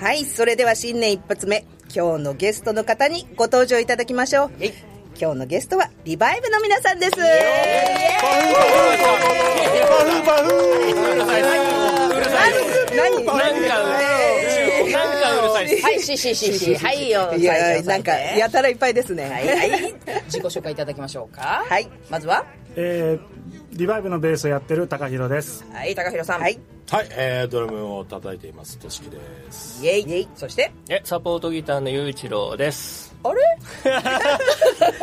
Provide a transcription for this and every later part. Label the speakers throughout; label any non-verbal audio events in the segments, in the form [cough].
Speaker 1: はいそれでは新年一発目今日のゲストの方にご登場いただきましょう
Speaker 2: えい
Speaker 1: 今日のゲストはリバイブの皆さんです
Speaker 2: なんか、なんかうるさ
Speaker 1: 何
Speaker 2: いです。
Speaker 3: はい、しししし、はいよ。
Speaker 1: いや
Speaker 3: 採用
Speaker 1: なんか
Speaker 3: 採用
Speaker 1: やたらいっぱいですね
Speaker 3: はい、はい自己紹介いただきましょうか。
Speaker 1: はい
Speaker 3: まずは、
Speaker 4: えーリバイブのベースをやってる高弘です
Speaker 3: はい、高弘さん。
Speaker 1: はい。
Speaker 5: はい、えー、ドラムを叩いています、としきです。
Speaker 3: イェイ。そして、
Speaker 2: え、サポートギターのゆういちろう
Speaker 1: [laughs]
Speaker 2: です。
Speaker 3: あれ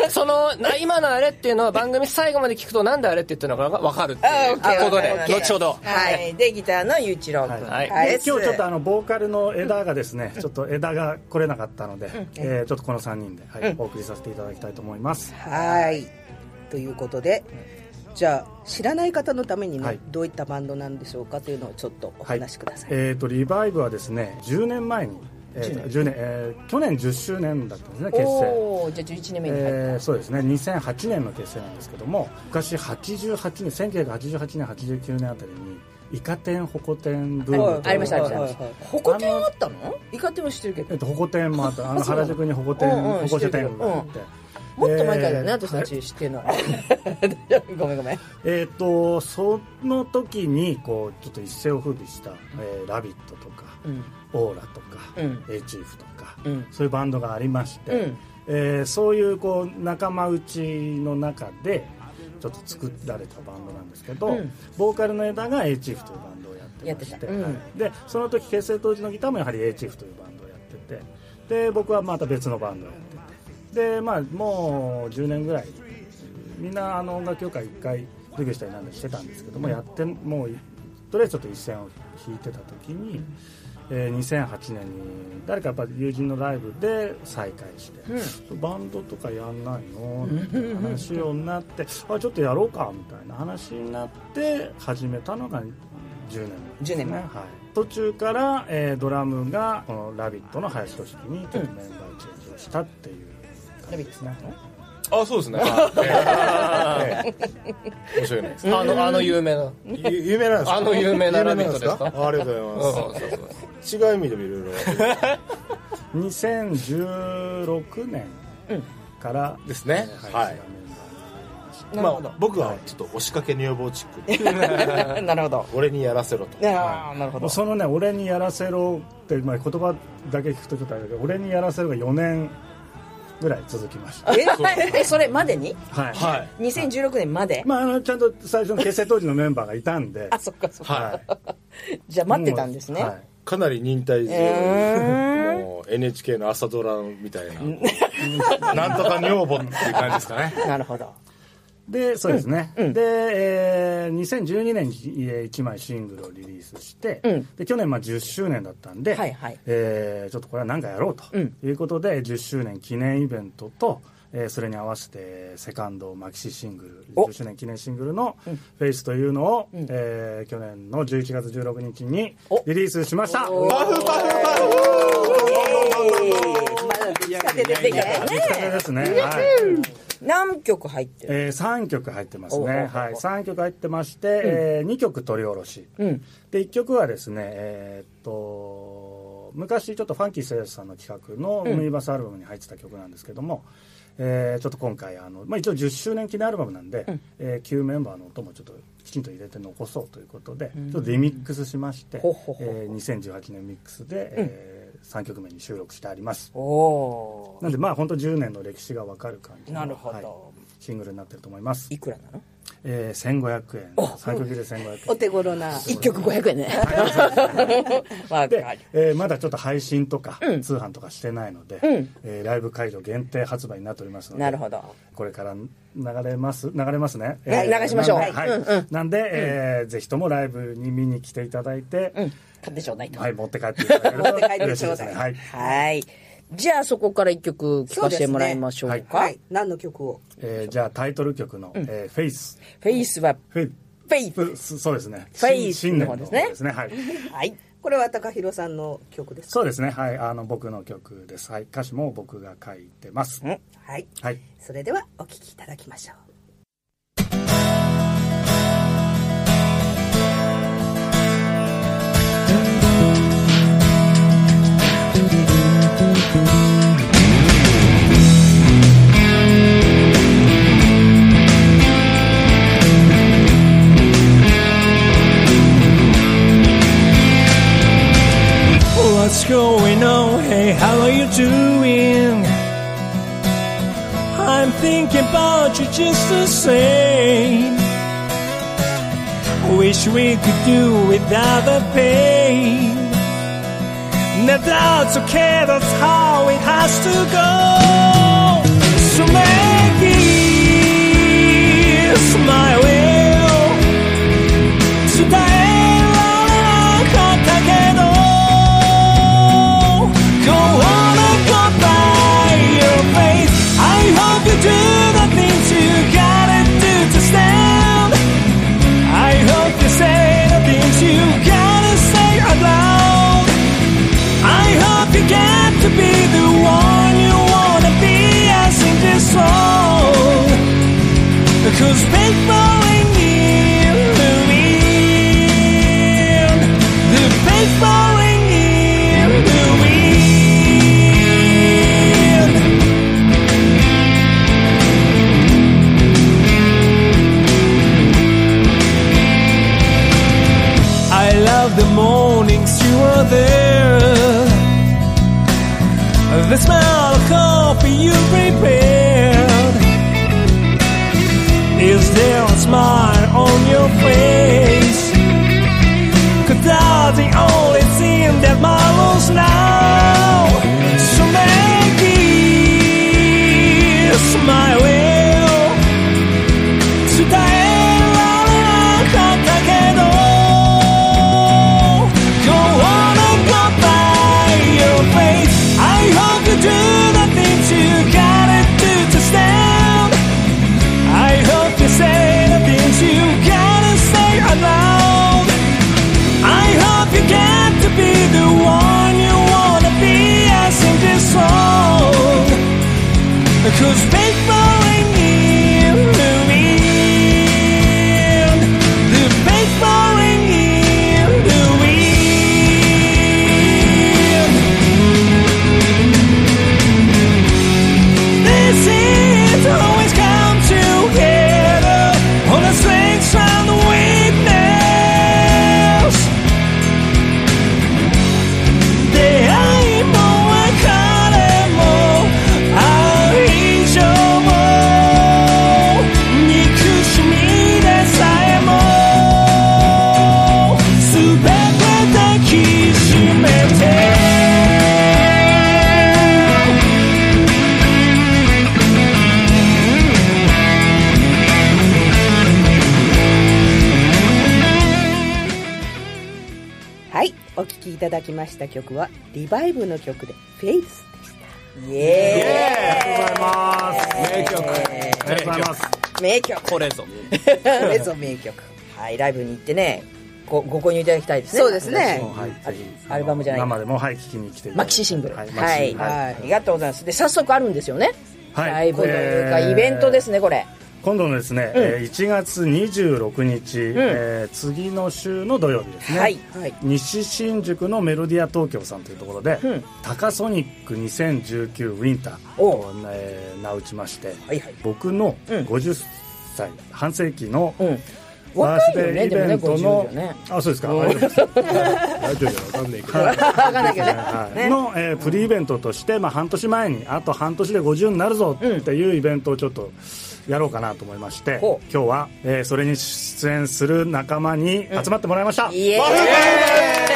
Speaker 2: その、な今のあれっていうのは番組最後まで聞くとなんであれって言ってるのかがわかるって
Speaker 3: あ
Speaker 2: い
Speaker 3: オ
Speaker 2: う
Speaker 3: ッケー
Speaker 2: ことで
Speaker 3: オッ、ケー
Speaker 2: 後ほど。
Speaker 3: はい。で、ギターのゆういちろうくん。
Speaker 2: はい
Speaker 1: はい
Speaker 4: で今日ちょっとあのボーカルの枝がですねちょっと枝が来れなかったので、えーちょっとこの3人で、はいお送りさせていただきたいと思います
Speaker 1: はいということでじゃあ知らない方のためにね、
Speaker 4: はい
Speaker 1: どういったバンドなんでしょうかというのをちょっとお
Speaker 4: はい
Speaker 1: 話しください、
Speaker 4: えーとリバイブはですね10年前に、えーと10年えー去年10周年だったんですね結成
Speaker 3: おー、じゃあ11年目に入った。
Speaker 4: えーそうですね2008年の結成なんですけども昔88年1988年89年あたりにイカ天ホコ天ブームというのが
Speaker 3: ありました、ありまし
Speaker 1: はいはいはい
Speaker 3: た。ホコ天あったのイカ天も知ってるけ
Speaker 4: え
Speaker 3: ど
Speaker 4: っ。と、保護店もあったあの
Speaker 3: そうな
Speaker 4: 原
Speaker 3: の
Speaker 4: 宿に保護店、
Speaker 3: うんうん
Speaker 4: 保護者店があって、
Speaker 3: もっと前からだ
Speaker 4: え
Speaker 3: よね、
Speaker 4: ー
Speaker 3: 私たち知ってるのは。 [laughs] ごめんごめん。
Speaker 4: えーっとその時にこうちょっと一世を風靡した「えーラビット!」とか「
Speaker 3: うん。
Speaker 4: オーラ」とか「
Speaker 3: うん
Speaker 4: エチーフ」とか、
Speaker 3: うん
Speaker 4: そういうバンドがありまして、
Speaker 3: うん
Speaker 4: えーそういうこう仲間内の中でちょっと作られたバンドなんですけど、
Speaker 3: うん
Speaker 4: ボーカルの枝が A チーフというバンドをやってま
Speaker 3: や
Speaker 4: し
Speaker 3: って
Speaker 4: て、
Speaker 3: たうん
Speaker 4: はいでその時結成当時のギターもやはり A チーフというバンドをやっててで僕はまた別のバンドをやっててでまあもう10年ぐらいみんなあの音楽協会1回デビューしたりなんだりしてたんですけども、やってもうとりあえずちょっと一線を引いてた時に、えー2008年に誰かやっぱ友人のライブで再会して、バンドとかやんないのって話をなってあちょっとやろうかみたいな話になって始めたのが10年前です
Speaker 3: 10年前
Speaker 4: はい、途中から、えードラムがこの「ラビット!」の林俊樹にちょっとメンバーチェンジをしたっていう
Speaker 3: ラビッツなの
Speaker 5: あ、そうです [laughs] ね。あええ面白いね。
Speaker 2: あの、あの有名な。
Speaker 5: ゆ有名なんですか
Speaker 2: あの有名なラビットですか
Speaker 5: 有名なんあありがとうございます。違う意味でもいろいろ。
Speaker 4: 2016年から
Speaker 5: ですね
Speaker 4: えー
Speaker 5: はい
Speaker 4: 林がメンバーに
Speaker 5: まあ、僕はちょっと押しかけ女房チック
Speaker 3: [laughs]
Speaker 5: で
Speaker 3: なるほど。
Speaker 5: 俺にやらせろと。
Speaker 3: あーなるほ
Speaker 4: も
Speaker 3: ど
Speaker 4: う。そのね「俺にやらせろ」って、まあ、言葉だけ聞くとちょっとあれだけど「俺にやらせろ」が4年ぐらい続きました
Speaker 3: え、えそれまでに
Speaker 4: はい、
Speaker 5: はい。
Speaker 3: ?2016 年まで
Speaker 4: まあ、あのちゃんと最初の結成当時のメンバーがいたんで
Speaker 3: あ、そっかそっか。
Speaker 4: はい
Speaker 3: じゃあ待ってたんですね。
Speaker 4: はい
Speaker 5: かなり忍耐強い。
Speaker 3: ー
Speaker 5: もう NHK の朝ドラみたいな。なんとか女房っていう感じですかね。
Speaker 3: なるほど。
Speaker 4: でそうですね、で、えー2012年にえー1枚シングルをリリースして、
Speaker 3: うん
Speaker 4: で去年まあ10周年だったんで、
Speaker 3: はいはい
Speaker 4: えーちょっとこれは何かやろうと
Speaker 3: うん
Speaker 4: いうことで、10周年記念イベントと、えーそれに合わせてセカンドマキシシングル
Speaker 3: お
Speaker 4: 10周年記念シングルの「フェイスというのを、えー去年の11月16日にリリースしました
Speaker 5: パフパフパフ
Speaker 3: ででできたね
Speaker 4: 出来たてですね、はい
Speaker 3: 何曲入ってる
Speaker 4: えー、3曲入ってます
Speaker 3: おうおうおう
Speaker 4: ね、はい、3曲入ってまして、え2曲取り下ろし、
Speaker 3: ん
Speaker 4: で1曲はですねえーっと昔ちょっとファンキーセイさんの企画のユニバースアルバムに入ってた曲なんですけども、えーちょっと今回あの、まあ、一応10周年記念アルバムなんで、えー旧メンバーの音もちょっときちんと入れて残そうということで、ちょっとリミックスしまして、
Speaker 3: ほほほ
Speaker 4: えー2018年ミックスで、え3曲目に収録してあります
Speaker 3: おお
Speaker 4: なんでまあ本当10年の歴史がわかる感じの
Speaker 3: なるほど
Speaker 4: はいシングルになってると思います
Speaker 3: ーいくらなの
Speaker 4: えー、1500円3曲で1500
Speaker 1: お
Speaker 4: 円
Speaker 1: 手頃な
Speaker 3: 一曲500円ねわかる
Speaker 4: で、えーまだちょっと配信とか、通販とかしてないので、えーライブ会場限定発売になっておりますので
Speaker 3: なるほど
Speaker 4: これから流れます流れますね、
Speaker 3: ね流しましょう
Speaker 4: なんではいなんで、えーぜひともライブに見に来ていただいて、
Speaker 3: 買ってちょうだいと
Speaker 4: はい持って帰っていただけると
Speaker 1: 持って帰って
Speaker 4: 嬉しいです
Speaker 1: ちょ
Speaker 4: ね
Speaker 1: うだい
Speaker 4: はい、
Speaker 3: はいじゃあそこから一曲聴かせてもらいましょう
Speaker 1: そですね
Speaker 3: か
Speaker 1: はい、何の曲を
Speaker 4: えーじゃあタイトル曲の「えーフェイス
Speaker 3: フェイスは
Speaker 4: フェイ
Speaker 3: フェイス
Speaker 4: フそうですね
Speaker 3: フェイス
Speaker 4: 新新年
Speaker 3: の方
Speaker 4: のです
Speaker 3: で
Speaker 4: す
Speaker 3: ね
Speaker 4: ねですねはい
Speaker 3: はい
Speaker 1: これは高弘さんの曲ですか
Speaker 4: そうですねはいあの僕の曲です、はい、歌詞も僕が書いてます、
Speaker 1: はい
Speaker 4: はい
Speaker 1: それではお聴きいただきましょう
Speaker 6: 「 What's going on? Hey, how are you doing? I'm thinking about you just the same. Wish we could do without the pain. No doubt's okay, that's how it has to go. So make it smile. 伝えられなかったけど「Go on and go by your face I hope you do the things you gotta do to stand I hope you say the things you gotta say out loud I hope you get to be the one you wanna be as in this song Cause people in the wind The people in the wind I love the mornings you are there The smell of coffee you prepared is there a smile on your face? Cause that's the only thing that matters now. So make it smile. 伝えられなかったけど Oh, Go on and go by your face I hope you do the things you gotta do to stand I hope you say the things you gotta say out loud. I hope you get to be the one you wanna be as in this song. Cause people in the wind, the people in the wind. This is always come together on the strength and the weakness. They are more and more, are each more. 憎しみでさえも全て抱きしめて。
Speaker 1: はいお聴きいただきました曲はリバイブの曲で「フェイス」でした
Speaker 3: イエ
Speaker 4: りがとうございます名曲ありがとうございます
Speaker 3: ーイ名曲
Speaker 2: これぞ
Speaker 1: これぞ名曲
Speaker 3: はいライブに行ってねごご購入いただきたいですね
Speaker 1: そうですね
Speaker 4: もうはいぜひ
Speaker 3: アルバムじゃない
Speaker 4: 生でもはい聞きに来ていただいて
Speaker 3: マキシシングル
Speaker 4: は
Speaker 3: はいい、
Speaker 4: マキシシングルはい
Speaker 3: ありがとうございますで早速あるんですよね、
Speaker 4: はい
Speaker 3: ライブというか、
Speaker 4: えー
Speaker 3: イベントですねこれ
Speaker 4: 今度のですね、えー1月26日、えー次の週の土曜日ですね、
Speaker 3: はい
Speaker 1: はい
Speaker 4: 西新宿のメロディア東京さんというところで、タカソニック2019ウィンター
Speaker 3: おう
Speaker 4: を、えー名打ちまして、
Speaker 3: はいはい
Speaker 4: 僕の
Speaker 3: ん
Speaker 4: 50歳、半世紀の、
Speaker 3: うん
Speaker 4: バース
Speaker 3: 若い
Speaker 4: デ
Speaker 3: よ
Speaker 4: ー
Speaker 3: ね
Speaker 4: イ
Speaker 3: でも
Speaker 4: ベ
Speaker 3: ね
Speaker 4: ント
Speaker 3: 50
Speaker 4: の
Speaker 3: よ、ね
Speaker 4: あそうですか大丈夫です
Speaker 5: 大丈夫わかんないけ
Speaker 3: 分
Speaker 5: ど
Speaker 3: かんないけどね
Speaker 4: はいの、えープリイベントとして、まあ、半年前にあと半年で50になるぞっていうイベントをちょっとやろうかなと思いまして、
Speaker 3: ほう
Speaker 4: 今日は、えーそれに出演する仲間に集まってもらいました、
Speaker 3: イエーイ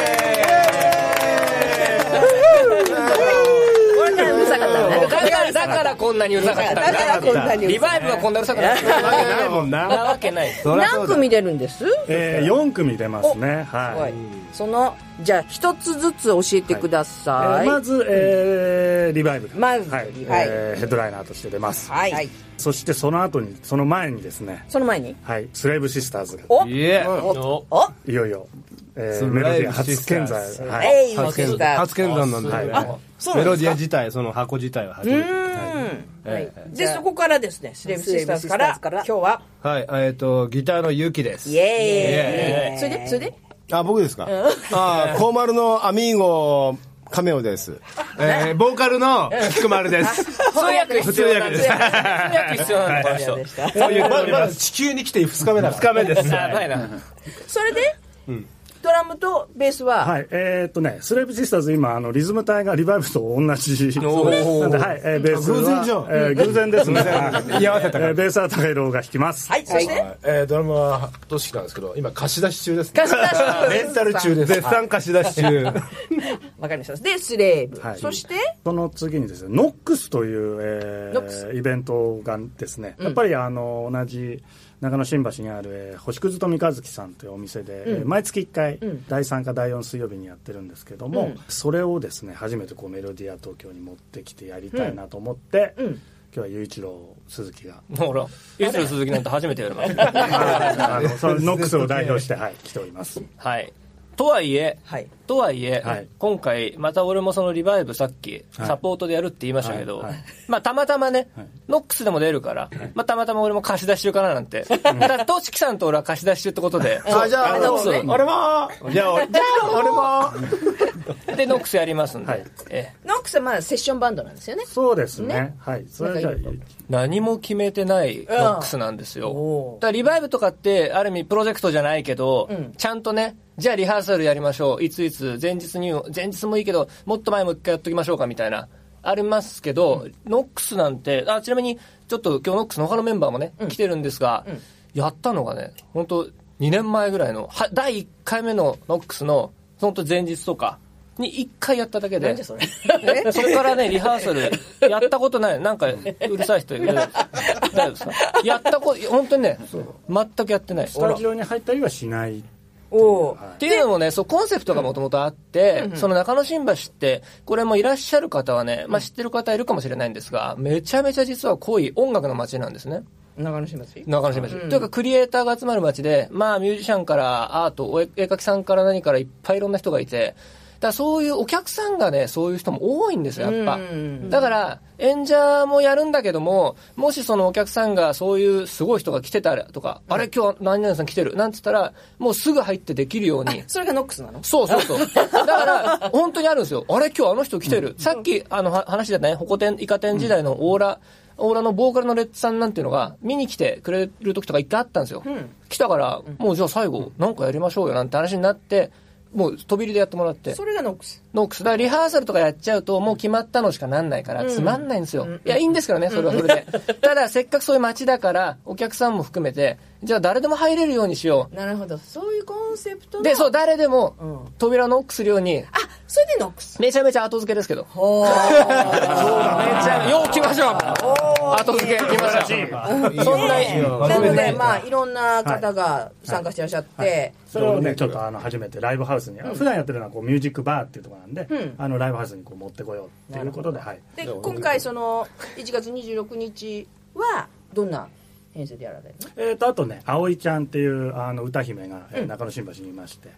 Speaker 3: [laughs] これねうるさかったね
Speaker 2: だからだからこんなにうるさかったんだ
Speaker 1: だからこんなに
Speaker 2: リバイブはこんなうるさくない
Speaker 5: ないもん
Speaker 2: な
Speaker 5: な
Speaker 2: わけない
Speaker 5: そりゃそ
Speaker 3: 何
Speaker 5: うだ
Speaker 3: 組出るんです
Speaker 4: え4組出ますねは
Speaker 3: はいい、そのじゃあ一つずつ教えてくだ
Speaker 4: え
Speaker 3: さい、
Speaker 4: ーまず、えーリバイブが
Speaker 3: まず
Speaker 4: はい
Speaker 3: リ
Speaker 1: バイブ
Speaker 4: えーヘッドライナーとして出ます、
Speaker 3: はい、
Speaker 1: はい
Speaker 4: そしてその後にその前にですね
Speaker 3: その前に
Speaker 4: はいスレイブシスターズが
Speaker 3: お
Speaker 5: い [laughs] え
Speaker 2: お
Speaker 4: いよいよ、え
Speaker 5: ス
Speaker 4: ー、メロ
Speaker 5: ライ
Speaker 4: ディ
Speaker 5: ブ
Speaker 4: ア初
Speaker 5: シスタ
Speaker 4: 健
Speaker 5: ーズ
Speaker 4: 在、は
Speaker 3: え
Speaker 4: い
Speaker 3: い
Speaker 5: 初見
Speaker 3: スター
Speaker 5: 初見山なんだ
Speaker 4: あ
Speaker 5: よ
Speaker 3: そう
Speaker 5: ね
Speaker 3: なんですか
Speaker 5: メロディア自体その箱自体は初めてええ
Speaker 3: でそこからですねスレーブシスターズから
Speaker 1: スレーブシスターズから
Speaker 3: 今日は
Speaker 5: はいえっとギターのゆきです
Speaker 3: イエーイ
Speaker 5: イエーイ
Speaker 3: それでそれで
Speaker 7: あ、僕ですか。あ、コーマルのアミーゴカメオです。えー、ボーカルの菊丸です。
Speaker 2: 通訳必要なんです通
Speaker 3: 通
Speaker 2: 訳必要なんだこの人
Speaker 5: そういうまだまだ地球に来て2日目だ2日目です
Speaker 2: やばいな
Speaker 3: それでドラムとベースは、
Speaker 4: はい、えーっとね、スレープシスターズ、今、あのリズム隊がリバイブと同じ。なんで、はい、えーベースは。
Speaker 7: 偶然じゃん
Speaker 4: えー偶
Speaker 5: [laughs]
Speaker 4: 然ですね。
Speaker 7: 居合わせたか
Speaker 4: え
Speaker 7: ら
Speaker 4: ーベースは高井朗が弾きます。
Speaker 3: はい、そして、
Speaker 5: はいえードラムはどうしきなんですけど今貸し出し中です、ね、
Speaker 3: 貸し出し中
Speaker 5: レンタル中です
Speaker 7: 絶賛貸し出し中
Speaker 3: わかりました。で、スレーブ。
Speaker 4: はい
Speaker 3: そして、
Speaker 4: その次にですね、ノックスという、えー
Speaker 3: ノックス
Speaker 4: イベントがですね、やっぱりあの同じ中野新橋にある、えー星屑と三日月さんというお店で、えー毎月1回、第3か第4水曜日にやってるんですけども、それをですね、初めてこうメロディア東京に持ってきてやりたいなと思って、今日は雄一郎鈴木
Speaker 3: [laughs]
Speaker 4: が
Speaker 2: ほら、ゆずる鈴木なんて初めてやりました。
Speaker 4: あのあのそのノックスを代表して、はい、来ております。
Speaker 2: はい。とはいえ、
Speaker 3: はい
Speaker 2: とはいえ、
Speaker 4: はい
Speaker 2: 今回、また俺もそのリバイブさっき、
Speaker 4: い
Speaker 2: サポートでやるって言いましたけど、
Speaker 4: はいはい
Speaker 2: まあたまたまね、
Speaker 4: はい
Speaker 2: ノックスでも出るから、まあたまたま俺も貸し出し中かななんて。だから、トシキさんと俺は貸し出し中ってことで、
Speaker 7: あじゃあ
Speaker 3: あどうぞね
Speaker 7: 俺もじゃあ俺じゃあ俺も
Speaker 2: で、ノックスやりますんで、
Speaker 4: はい
Speaker 2: ええ
Speaker 3: ノックスはまあセッションバンドなんですよね。
Speaker 4: そうですね。はい。それじゃあ、
Speaker 2: 何も決めてないノックスなんですよ。だからリバイブとかって、ある意味プロジェクトじゃないけど、ちゃんとね、じゃあリハーサルやりましょう。いついつ、前日に、前日もいいけど、もっと前も一回やっときましょうかみたいな。ありますけど、ノックスなんて、あ、ちなみに、ちょっと今日ノックスの他のメンバーもね、来てるんですが、やったのがね、本当2年前ぐらいの、は第1回目のノックスの、本当前日とかに1回やっただけで、
Speaker 3: それ。
Speaker 2: で [laughs] それからね、リハーサル、やったことない。なんか、うるさい人いる。大丈夫ですかやったこと、本当にね、全くやってない。
Speaker 4: スタジオに入ったりはしない。
Speaker 3: おー
Speaker 2: っていうのもね、そう、コンセプトがもともとあって、その中野新橋って、これもいらっしゃる方はね、まあ知ってる方いるかもしれないんですが、めちゃめちゃ実は濃い音楽の街なんですね。
Speaker 3: 長野市祭り
Speaker 2: 中野新橋。というか、クリエイターが集まる街で、まあ、ミュージシャンからアート、お絵絵描きさんから何からいっぱいいろんな人がいて、だからそういうお客さんがね、そういう人も多いんですよ、やっぱ。だから、演者もやるんだけども、もしそのお客さんがそういうすごい人が来てたらとか、あれ今日何々さん来てるなんつったら、もうすぐ入ってできるよう [laughs] に。
Speaker 3: それがノックスなの
Speaker 2: そう [laughs] そうそう。だから、本当にあるんですよ。あれ今日あの人来てる。さっき、あの、は話だったね、ホコ天、イカ天時代のオーラ、オーラのボーカルのレッツさんなんていうのが、見に来てくれる時とか一回あったんですよ。来たから、もうじゃあ最後、なんかやりましょうよなんて話になって、もう飛び入りでやってもらって。
Speaker 3: それがノックス。
Speaker 2: ノックス。だからリハーサルとかやっちゃうと、もう決まったのしかなんないから、つまんないんですよ。いや、いいんですけどね、それはそれ [laughs] で。ただ、せっかくそういう街だから、お客さんも含めて、じゃあ誰でも入れるようにしよ
Speaker 3: なるほど。そういうコンセプト
Speaker 2: う。
Speaker 3: の
Speaker 2: で、そう、誰でも
Speaker 3: うん、
Speaker 2: 扉をノックするように、
Speaker 3: あ、それでノックス。
Speaker 2: めちゃめちゃ後付けですけど。そうだめちゃ、よう来ましょう後付け来ましょう。そんな、
Speaker 3: なので、まあ、いろんな方が参加してらっしゃって、
Speaker 4: それをね、ちょっとあの、初めてライブハウスに、普段やってるのはこう、ミュージックバーっていうところなんで、あの、ライブハウスにこう持ってこようっていうことで、はい。
Speaker 3: で、今回その、1月26日は、どんな編成でやられるの
Speaker 4: えーと、あとね、葵ちゃんっていう、あの、歌姫が、えー中野新橋にいまして、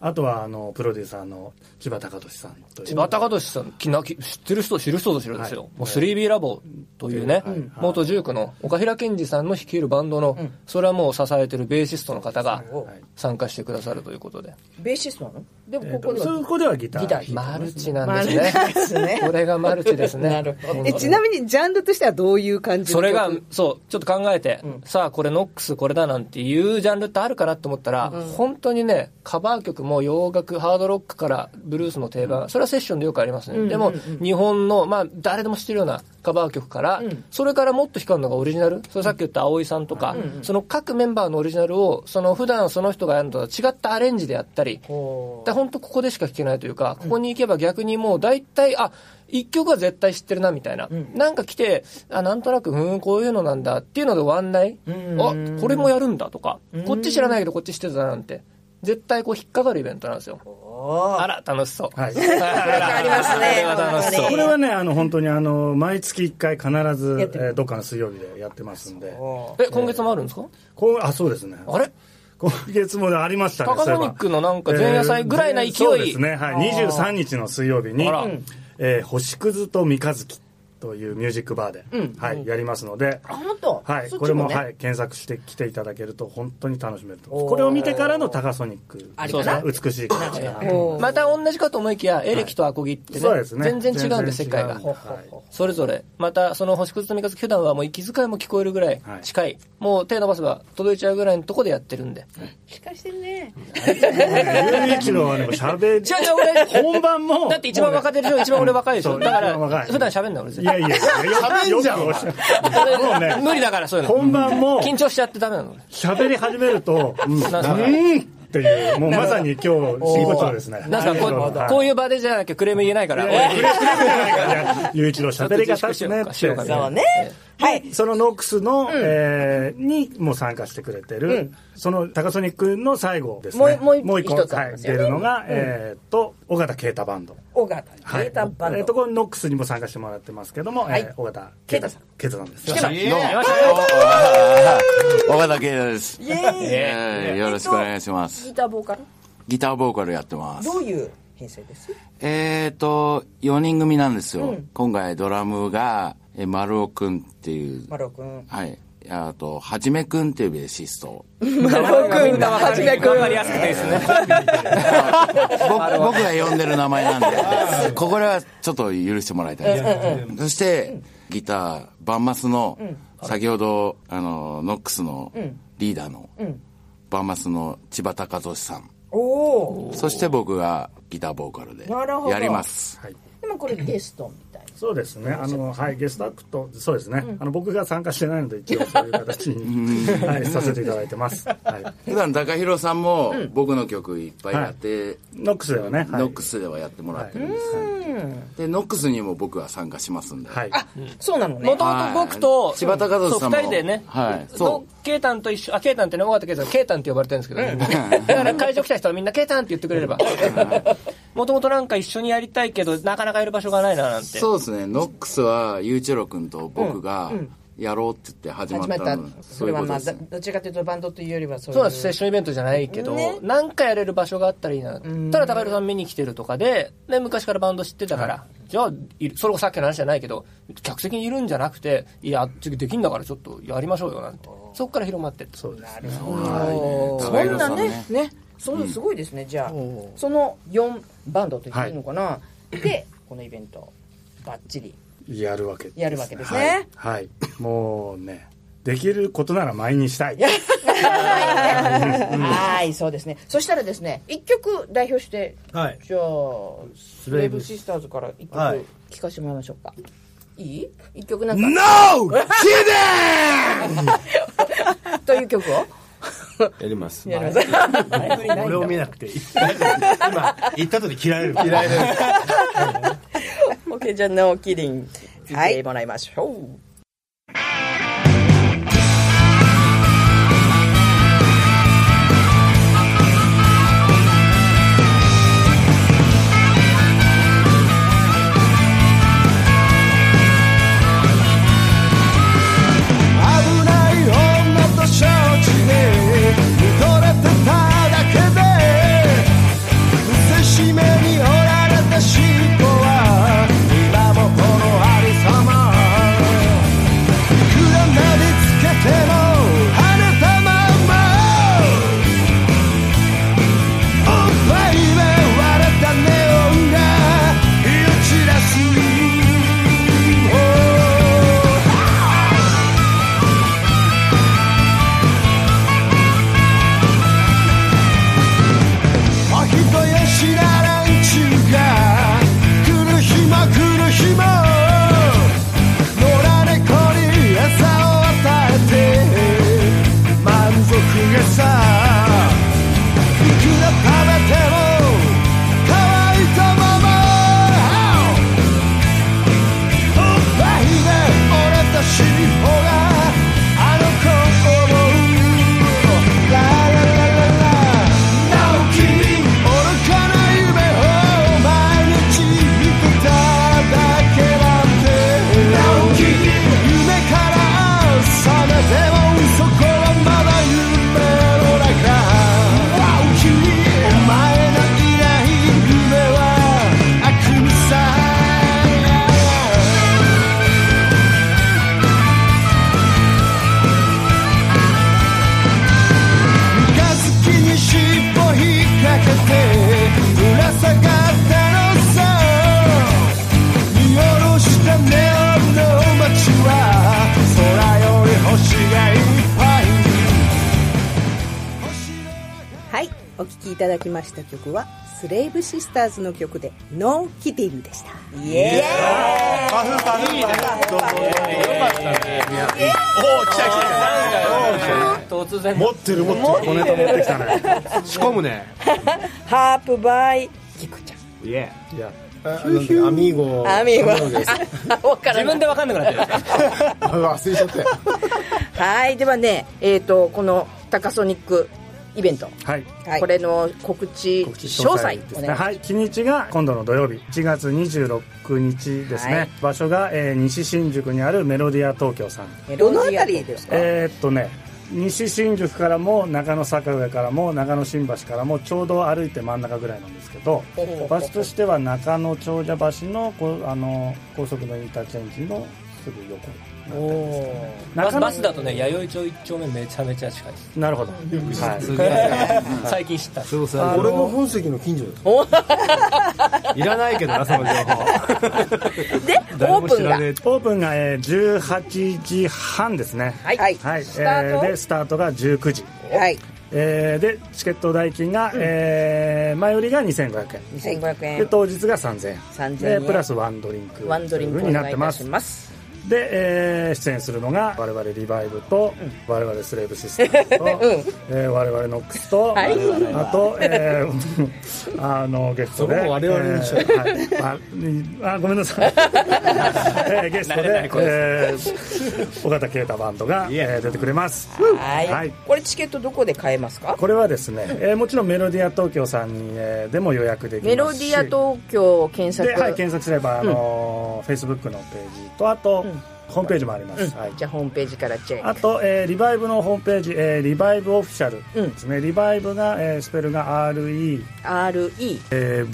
Speaker 4: あとは、あの、プロデューサーの千葉隆俊さんという。
Speaker 2: 千葉隆俊さん、きなき知ってる人、知る人ぞ知るんですよ。
Speaker 4: はい
Speaker 2: もう 3B ラボというね、
Speaker 4: はい
Speaker 2: 元19の岡平健二さんの率いるバンドの、それはもう支えてるベーシストの方が
Speaker 4: い
Speaker 2: 参加してくださるということで、
Speaker 3: ベーシストなので
Speaker 4: えー
Speaker 3: も、
Speaker 4: と
Speaker 3: ここで
Speaker 4: そ
Speaker 3: は。
Speaker 4: こではギター。
Speaker 3: ギター
Speaker 2: マルチなんで
Speaker 3: マ
Speaker 2: す
Speaker 3: ル
Speaker 2: ね。
Speaker 3: チですね
Speaker 2: これがマルチですね。
Speaker 3: なるほど
Speaker 1: えちなみにジャンルとしてはどういう感じの
Speaker 2: それが
Speaker 1: 曲、
Speaker 2: そう、ちょっと考えて、さあ、これノックスこれだなんていうジャンルってあるかなと思ったら、本当にね、カバー曲も洋楽、ハードロックからブルースの定番、それはセッションでよくありますね。でも、日本の、まあ、誰でも知ってるようなカバー曲から、それからもっと光るのがオリジナル、それさっき言った葵さんとか、その各メンバーのオリジナルを、その普段その人がやるのとは違ったアレンジでやったり、だ本当ここでしか聴けないというか、ここに行けば逆にもう大体、あ、一曲は絶対知ってるなみたいな。なんか来て、あ、なんとなく、うん、こういうのなんだっていうので終わんない。あ、これもやるんだとか、こっち知らないけどこっち知ってたなんて、絶対こう引っかかるイベントなんですよ。あら、楽しそう。
Speaker 4: はい。
Speaker 2: あ
Speaker 3: あります
Speaker 2: こ
Speaker 3: ね
Speaker 2: れは楽し
Speaker 4: こ
Speaker 2: そう。
Speaker 4: れはね、あの、本当にあの、毎月1回必ず、え
Speaker 3: やってる
Speaker 4: ーどっかの水曜日でやってますんで。
Speaker 2: え、今月もあるんですか
Speaker 4: こうあ、そうですね。
Speaker 2: あれ
Speaker 4: 今月もねありましたね。
Speaker 2: タカソニックのなんか前夜祭ぐらいな勢い
Speaker 4: そうですね。はい。23日の水曜日に
Speaker 2: あら、
Speaker 4: えー星屑と三日月っというミュージックバーで、
Speaker 3: うん
Speaker 4: はい、やりますので、
Speaker 3: あ本当
Speaker 4: はい、
Speaker 3: そっ
Speaker 4: こ
Speaker 3: ち
Speaker 4: れ
Speaker 3: も
Speaker 4: も、
Speaker 3: ね
Speaker 4: はい、検索して来ていただけると本当に楽しめると
Speaker 3: おー
Speaker 4: これを見てからのタカソニック
Speaker 3: あり
Speaker 2: かな
Speaker 4: 美しい形が、
Speaker 3: おー
Speaker 2: また同じかと思いきやエレキとアコギってね,、
Speaker 4: そうですね
Speaker 2: 全然違うんで世
Speaker 4: 全然違う
Speaker 2: 界が
Speaker 4: ほ
Speaker 2: それぞれまたその星屑の三日月普段はもう息遣いも聞こえるぐらい近い、もう手伸ばせば届いちゃうぐらいのとこでやってるんで、
Speaker 3: しっかりしてるね
Speaker 4: ゆういちろうはね喋
Speaker 2: 違う違う
Speaker 4: り本番も
Speaker 2: だって一番若手でしょ一番俺若いでし
Speaker 4: そ
Speaker 2: ょ
Speaker 4: う
Speaker 2: だか
Speaker 4: 一番若
Speaker 2: ら
Speaker 4: い
Speaker 2: 普段喋んない俺絶
Speaker 4: いやいやいや喋んじゃんもう
Speaker 2: 対
Speaker 4: ね
Speaker 2: 無理だからそういうの
Speaker 4: 本番も
Speaker 2: 緊張しちゃってダメなの
Speaker 4: 喋り始めると「うん」
Speaker 2: なんすか
Speaker 4: うんっていうもうまさに今日真骨頂ですね
Speaker 2: なんすかこうこういう場でじゃなきゃクレーム言えないから俺
Speaker 4: ゆういちろう喋りが立つねって
Speaker 2: そうか
Speaker 3: そうねはい
Speaker 4: そのノックスの、えーにも参加してくれてる、その高ソニックの最後ですね。
Speaker 3: もうもう
Speaker 4: 個、
Speaker 3: 一つあ
Speaker 4: は
Speaker 3: りま
Speaker 4: い、
Speaker 3: すよ
Speaker 4: 出
Speaker 3: ね
Speaker 4: るのが、えーっと、尾形啓太バンド。
Speaker 3: 尾形
Speaker 4: はい。
Speaker 3: データバ
Speaker 4: えー
Speaker 3: ン
Speaker 4: っと、
Speaker 3: ド
Speaker 4: このノックスにも参加してもらってますけども、
Speaker 3: はい
Speaker 4: えー尾形啓太さん。啓太さんです。
Speaker 2: 来てます
Speaker 8: どうも岡田圭太です。
Speaker 3: イエーイ
Speaker 8: えーよろしくお願いします。
Speaker 3: ギターボーカル
Speaker 8: ギターボーカルやってます
Speaker 3: ど。ういう編成です
Speaker 8: えーと、4人組なんです
Speaker 3: う
Speaker 8: よ
Speaker 3: ん。
Speaker 8: 今回ドラムが、え丸尾くんっていう、
Speaker 3: マロ君
Speaker 8: はい。あと、はじめくんっていうベーシスト。
Speaker 2: 君がはじめ君分かりやすくていいですね
Speaker 8: 僕僕が呼んでる名前なんで、ここらはちょっと許してもらいたいです。そして、ギター、バンマスの、先ほど、あの、ノックスのリーダーの、バンマスの千葉隆俊さん。
Speaker 3: おお
Speaker 8: そして僕がギターボーカルで
Speaker 3: なるほど
Speaker 8: やります。
Speaker 3: でもこれゲストみたい
Speaker 4: そうですね。あの、はい、ゲストアクト、そうですね。あの、僕が参加してないので、一応そういう形
Speaker 8: [laughs]
Speaker 4: に、はい、させていただいてます。はい。
Speaker 8: 普段高弘さんも僕の曲いっぱいやって、
Speaker 4: ノックスではね、はい
Speaker 8: ノックスではやってもらってるんです、でノックスにも僕は参加しますんで、
Speaker 4: はい。
Speaker 3: なそうなのね
Speaker 2: もともと僕と、
Speaker 8: はい柴田和人さんも
Speaker 2: そう二人でね、
Speaker 8: はい
Speaker 2: そ。
Speaker 8: そう
Speaker 2: ケイタンと一緒、あ、ケイタンってね、尾形ケイタン、ケイタンって呼ばれてるんですけど、だから会場来た人はみんなケイタンって言ってくれれば。もともとなんか一緒にやりたいけど、なかなかいる場所がないななんて。
Speaker 8: そうですねノックスはゆうちろくんと僕がやろうって言って始まっ
Speaker 3: 始まったた
Speaker 8: の、そ
Speaker 3: そう
Speaker 8: い
Speaker 3: れ
Speaker 8: うことで
Speaker 3: はまあ
Speaker 8: す
Speaker 3: だ
Speaker 8: ね
Speaker 3: どっちかというとバンドというよりはそういう
Speaker 2: そうなんです、セッションイベントじゃないけど、
Speaker 3: ね
Speaker 2: なんかやれる場所があったらいいな。ただ、高弘さん見に来てるとかで、で、昔からバンド知ってたから、じゃあ、いるそれこそさっきの話じゃないけど、客席にいるんじゃなくて、いや、次できんだからちょっとやりましょうよなんて。そこから広まってって。
Speaker 8: はい高
Speaker 3: そん
Speaker 8: 弘
Speaker 3: な
Speaker 8: さん
Speaker 3: ね
Speaker 8: ね
Speaker 3: ねそうすごいですねじゃあその4バンドと言っていいのかなでこのイベントバッチリ
Speaker 4: やるわけです
Speaker 3: やるわけですね
Speaker 4: はい、はいもうねできることなら毎にしたい
Speaker 3: はいそうですねそしたらですね1曲代表して
Speaker 9: はい。
Speaker 3: じゃあスレイブシスターズから一曲
Speaker 9: はい
Speaker 3: 聞かせてもらいましょうか、い、い一曲なんか
Speaker 7: NO!
Speaker 3: という曲を
Speaker 7: やります。
Speaker 3: やります
Speaker 9: 俺を見なくていい。今、言った後に嫌いれる。嫌い
Speaker 3: OK じゃあ No Kidding 聞いてもらいましょう、
Speaker 6: 危ない女と承知で見とれてただけで見せしめに折られた尻尾は今もこのありさま
Speaker 1: きいただきました曲はスレイブシスターズの曲で「ノーキティング」でした
Speaker 3: イエ
Speaker 9: パフパフパフどうも
Speaker 2: 突然
Speaker 9: 持ってる持ってる小ネタ持ってきたね
Speaker 7: 仕込むね
Speaker 3: ーイハープバイキクちゃん
Speaker 7: いえ
Speaker 4: いや
Speaker 7: アミーゴ
Speaker 3: アミーゴ
Speaker 7: です
Speaker 3: [laughs] わか
Speaker 2: 自
Speaker 3: らない
Speaker 2: 分で分かんなくなってる
Speaker 7: 忘れちゃったよ
Speaker 3: はいではねえっ、とこのタカソニックイベント、
Speaker 4: はい
Speaker 1: はい
Speaker 3: これの告知
Speaker 4: 告知
Speaker 3: 詳細
Speaker 4: です
Speaker 3: お
Speaker 4: ね
Speaker 3: 願いします
Speaker 4: はい日にちが今度の土曜日1月26日ですね、
Speaker 3: はい
Speaker 4: 場所が、えー西新宿にあるメロディア東京さん
Speaker 1: どの辺りですか
Speaker 4: えーっとね西新宿からも中野坂上からも中野新橋からもちょうど歩いて真ん中ぐらいなんですけど場所としては中野長者橋のこあの高速のインターチェンジのすぐ横
Speaker 2: バ
Speaker 4: 中
Speaker 2: ス
Speaker 4: 野
Speaker 2: バスだとね弥生町一丁目めちゃめちゃ近いです
Speaker 4: なるほど、はい、
Speaker 2: 最近知った
Speaker 9: そうそう
Speaker 4: あの
Speaker 7: 俺の本籍の近所ですいらないけどなその情報
Speaker 3: でオープンが
Speaker 9: え
Speaker 4: オープンが、えー18時半ですね
Speaker 3: はい、
Speaker 1: はい
Speaker 4: はい、え
Speaker 3: スタート
Speaker 4: ーでスタートが19時、
Speaker 1: はい
Speaker 4: えーでチケット代金が、えー前売りが2500円
Speaker 3: 2500
Speaker 4: で
Speaker 3: 円
Speaker 4: 当日が3000円
Speaker 3: 3000円
Speaker 4: でプラスワンドリンク
Speaker 3: ワンドリン
Speaker 4: とい
Speaker 3: ク
Speaker 4: うふうになってます
Speaker 3: お願いいたします
Speaker 4: で、えー出演するのが我々リバイブと、我々スレイブシステム
Speaker 3: [laughs]
Speaker 4: と、えー我々ノックスと、
Speaker 3: い
Speaker 4: あと、えー [laughs] あのゲストで
Speaker 7: そこも我々にしよう
Speaker 4: えーはいああごめんなさい、
Speaker 3: [laughs]
Speaker 4: えーゲスト
Speaker 2: 慣れな
Speaker 4: で
Speaker 2: い声
Speaker 4: えー尾形啓太バンドが、えー出てくれます
Speaker 3: はい、
Speaker 4: はい
Speaker 3: これチケットどこで買えますか
Speaker 4: これはです
Speaker 3: [laughs]
Speaker 4: ね、えーもちろんメロディア東京さんに、えーでも予約できます
Speaker 3: メ
Speaker 4: し
Speaker 3: ロディア東京を検索
Speaker 4: で、はい、検索すれば、あのー Facebook のページとあと、ホームページもあります、はい
Speaker 3: じゃあホームページからチェッ
Speaker 4: あ
Speaker 3: ク
Speaker 4: と、えーリバイブのホームページ、えーリバイブオフィシャルですね、リバイブが、えースペルが REVIBE、
Speaker 3: RE
Speaker 4: えー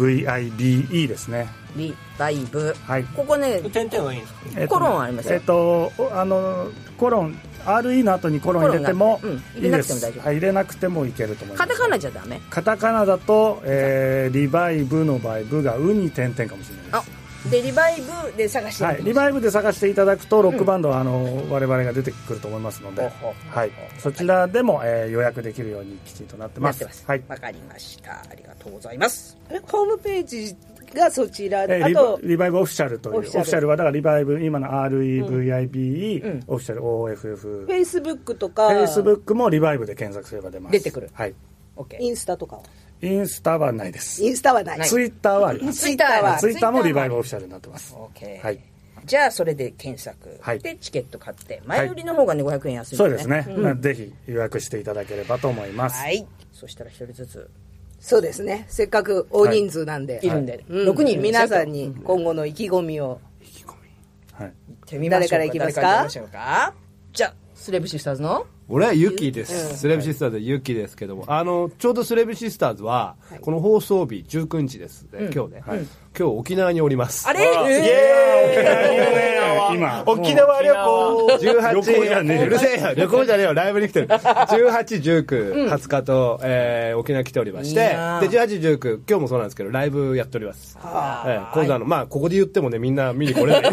Speaker 4: VIBE ですね
Speaker 3: リバイブ
Speaker 4: はい、
Speaker 3: ここね
Speaker 2: 点々はいいんですか
Speaker 4: えーと
Speaker 3: コロンありますよ
Speaker 4: えっ、とおあのコロン RE の後にコロン入れても
Speaker 3: コロンがうん
Speaker 4: いいで
Speaker 3: 入れなくても
Speaker 4: す
Speaker 3: 大丈夫
Speaker 4: はい入れなくてもいけると思います
Speaker 3: カタカナじゃダメ
Speaker 4: カタカナだと、えーリバイブの場合ブが「う」に点々かもしれないです
Speaker 3: あでリバイブで探してみ
Speaker 4: は
Speaker 3: て
Speaker 4: い、
Speaker 3: く
Speaker 4: リ
Speaker 3: ださ
Speaker 4: バイブで探していただくとロックバンドは、あの我々が出てくると思いますので、
Speaker 3: ほうほう
Speaker 4: はい、そちらでも、えー予約できるようにきちんとなって
Speaker 3: い
Speaker 4: ま
Speaker 3: なっ
Speaker 4: す
Speaker 3: てます
Speaker 4: はい
Speaker 3: わかりましたありがとうございます
Speaker 1: えホームページがそちら
Speaker 4: えー
Speaker 1: あ
Speaker 4: リバ
Speaker 1: と
Speaker 4: リバイブオフィシャルという
Speaker 1: オ
Speaker 4: オ
Speaker 1: フ
Speaker 4: フ
Speaker 1: ィシャル
Speaker 4: ィシャルはだからリバイブ今の REVIBE、オフィシャル OFF
Speaker 1: フ
Speaker 4: フ
Speaker 1: ェイスブックとか
Speaker 4: ェイスブックもリバイブで検索すれば出ます
Speaker 3: 出てくる
Speaker 4: はい、
Speaker 1: イ
Speaker 3: OK
Speaker 1: ンスタとかは
Speaker 4: インスタはないです
Speaker 1: インスタはない
Speaker 4: ツイッターはあります
Speaker 1: ツイッターは
Speaker 4: ツイッターもリバイブオフィシャルになってますは
Speaker 3: OK
Speaker 4: い
Speaker 3: じゃあそれで検索
Speaker 4: はい
Speaker 3: でチケット買って前売りの方がね500円安いん
Speaker 4: そうですね、なぜひ予約していただければと思います、
Speaker 3: はいそしたら一人ずつ
Speaker 1: そうですねせっかく大人数なんで、
Speaker 3: いるんで
Speaker 1: うん
Speaker 3: 6人いるんですよ
Speaker 1: 皆さんに今後の意気込みを
Speaker 4: はい
Speaker 3: 手見ましょ
Speaker 1: 誰
Speaker 3: う
Speaker 1: からいきますか
Speaker 3: 誰行きましょうかじゃあスレブシスターズの
Speaker 10: 俺はユッキーです。スレブシスターズはユッキーですけども、あの、ちょうどスレブシスターズは、この放送日19日ですね、今日ね。今日沖縄におります。
Speaker 3: あれ
Speaker 4: 今
Speaker 10: 沖縄旅行
Speaker 4: 旅行じゃねえ
Speaker 10: !18、うるせえよ旅行じゃねえよライブに来てる !18、19、20日と、えー沖縄来ておりまし
Speaker 3: い
Speaker 10: て、で、
Speaker 3: いなあ
Speaker 10: 18、19、今日もそうなんですけど、ライブやっております。えー講座の、まあ、ここで言ってもね、みんな見に来れない。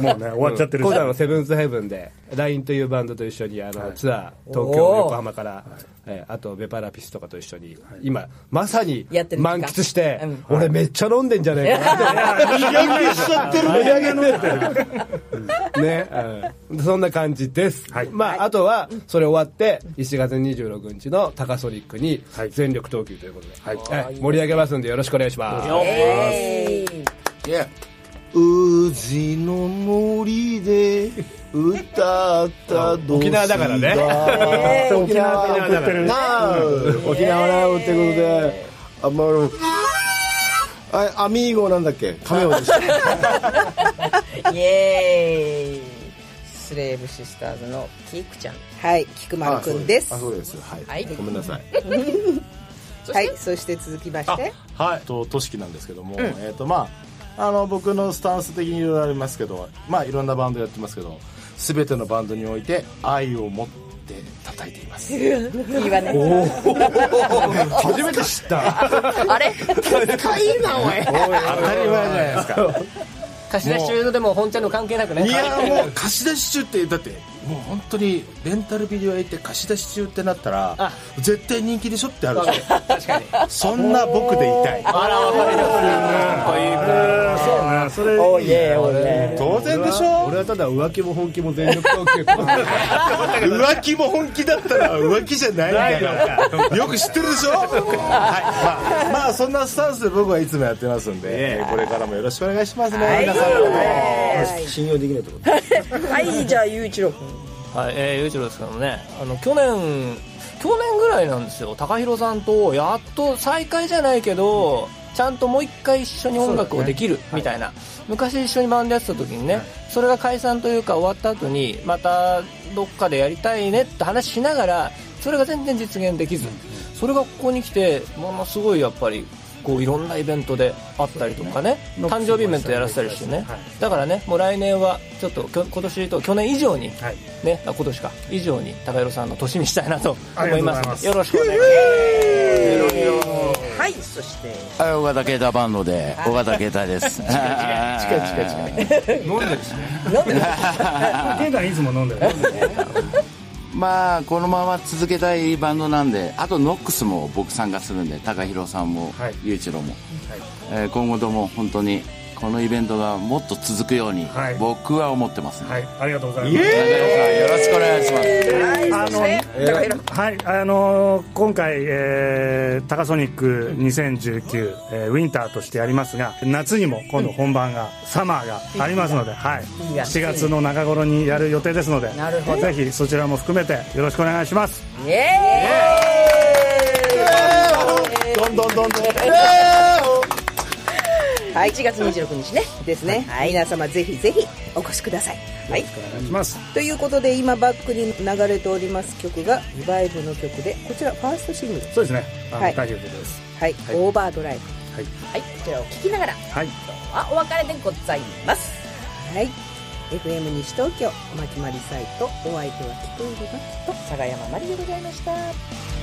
Speaker 4: もうね終わっちゃってる
Speaker 10: コ
Speaker 4: し
Speaker 10: ーダのセブンスヘブンで LINE というバンドと一緒にあの、ツアー東京横浜から、えーあとベパラピスとかと一緒に、今まさに
Speaker 3: やってるんですか
Speaker 10: 満喫して、
Speaker 3: うん
Speaker 10: 俺めっちゃ飲んでんじゃねえかなね、うんそんな感じです、
Speaker 4: はい
Speaker 10: まあ、あとはそれ終わって1月26日のタカソニックに
Speaker 4: はい
Speaker 10: 全力投球ということで、
Speaker 4: はい
Speaker 10: はい盛り上げますんでよろしくお願いします
Speaker 3: えー
Speaker 5: 宇治の森で歌ったど
Speaker 10: 沖縄だからね
Speaker 4: 沖縄で送ってる
Speaker 5: なあ
Speaker 7: 沖縄だよってことであんまりあアミーゴなんだっけカメオでした
Speaker 3: イエーイスレーブシスターズのキークちゃん
Speaker 1: はい菊丸くんです
Speaker 7: あそうですはい、
Speaker 3: はい
Speaker 7: ごめんなさい
Speaker 1: はいそして続きまして
Speaker 5: はいととしきなんですけども、えっ、とまああの僕のスタンス的にいろいろありますけどまあいろんなバンドやってますけど全てのバンドにおいて愛を持って叩いています
Speaker 3: いいわね
Speaker 10: 初めて知った
Speaker 3: あれ
Speaker 5: 当たり前じゃないですか
Speaker 2: 貸し出し中のでも本ちゃんの関係なくね
Speaker 5: いやもう貸し出し中ってだってもう本当にレンタルビデオ屋行って貸し出し中ってなったら絶対人気でしょってあるでしょ
Speaker 2: 確かに
Speaker 5: そんな僕でいたい
Speaker 2: あら分かりやすいかっこいい
Speaker 4: あそうねそれいいね
Speaker 5: 当然でしょ
Speaker 10: 俺はただ浮気も本気も全力投球あ
Speaker 5: 浮気も本気だったら浮気じゃないんだからよく知ってるでしょはいまあまあそんなスタンスで僕はいつもやってますんで、これからもよろしくお願いしますね、皆さんもね
Speaker 9: 信用できないってこと
Speaker 3: はいじゃあ雄一郎君
Speaker 2: はい、えー、ゆういちろうですけどもね、あの、去年、去年ぐらいなんですよ、高弘さんと、やっと再会じゃないけど、ちゃんともう一回一緒に音楽をできる、みたいな、昔一緒にバンドやってた時にね、それが解散というか終わった後に、またどっかでやりたいねって話しながら、それが全然実現できず、それがここに来て、ものすごいやっぱり、こういろんなイベントであったりとかね誕生日イベントやらせたりしてね、
Speaker 4: はい
Speaker 2: だからねもう来年はちょっときょ今年と去年以上に
Speaker 4: はい
Speaker 2: ね、あ今年か以上に高弘さんの年にしたいなと思いま
Speaker 4: ありがとうござい
Speaker 2: す
Speaker 4: ます
Speaker 2: よろしくお願いし
Speaker 3: はいそして
Speaker 8: はい、尾形啓太バンドで、尾形啓
Speaker 7: [laughs]
Speaker 8: 太です。近い近い近い。
Speaker 4: 玄関いつも飲んでる
Speaker 8: まあ、このまま続けたいバンドなんで、あとノックスも僕参加するんで、高弘さんも
Speaker 4: はい、
Speaker 8: 雄一郎も。えー今後とも本当に、このイベントがもっと続くように
Speaker 4: はい、
Speaker 8: 僕は思ってますね。
Speaker 4: はいありがとうございます
Speaker 8: 高弘さんよろしくお願いします。
Speaker 3: はいそして高弘
Speaker 4: はい、あのー今回、えータカソニック2019、えーウィンターとしてやりますが夏にも今度本番が、サマーがありますので、はい、
Speaker 3: いや
Speaker 4: 7月の中頃にやる予定ですので
Speaker 3: なるほど
Speaker 4: ぜひそちらも含めてよろしくお願いします
Speaker 3: イエ
Speaker 5: どんどんどんどん
Speaker 3: ーイはい1月26日ね
Speaker 1: ですね、皆様ぜひぜひお越しください、はい、
Speaker 4: お願いします
Speaker 1: ということで今バックに流れております曲がリバイブの曲でこちらファーストシングル
Speaker 4: そうですねあの、
Speaker 1: はい
Speaker 4: 大丈夫です
Speaker 1: はい、オーバードライブ
Speaker 4: はい、
Speaker 3: はいこちらを聞きながら
Speaker 4: はい、
Speaker 3: はお別れでございます
Speaker 1: はい FM 西東京おまきまりサイトお相手は聞こえるな
Speaker 3: と佐賀山まりでございました
Speaker 1: 「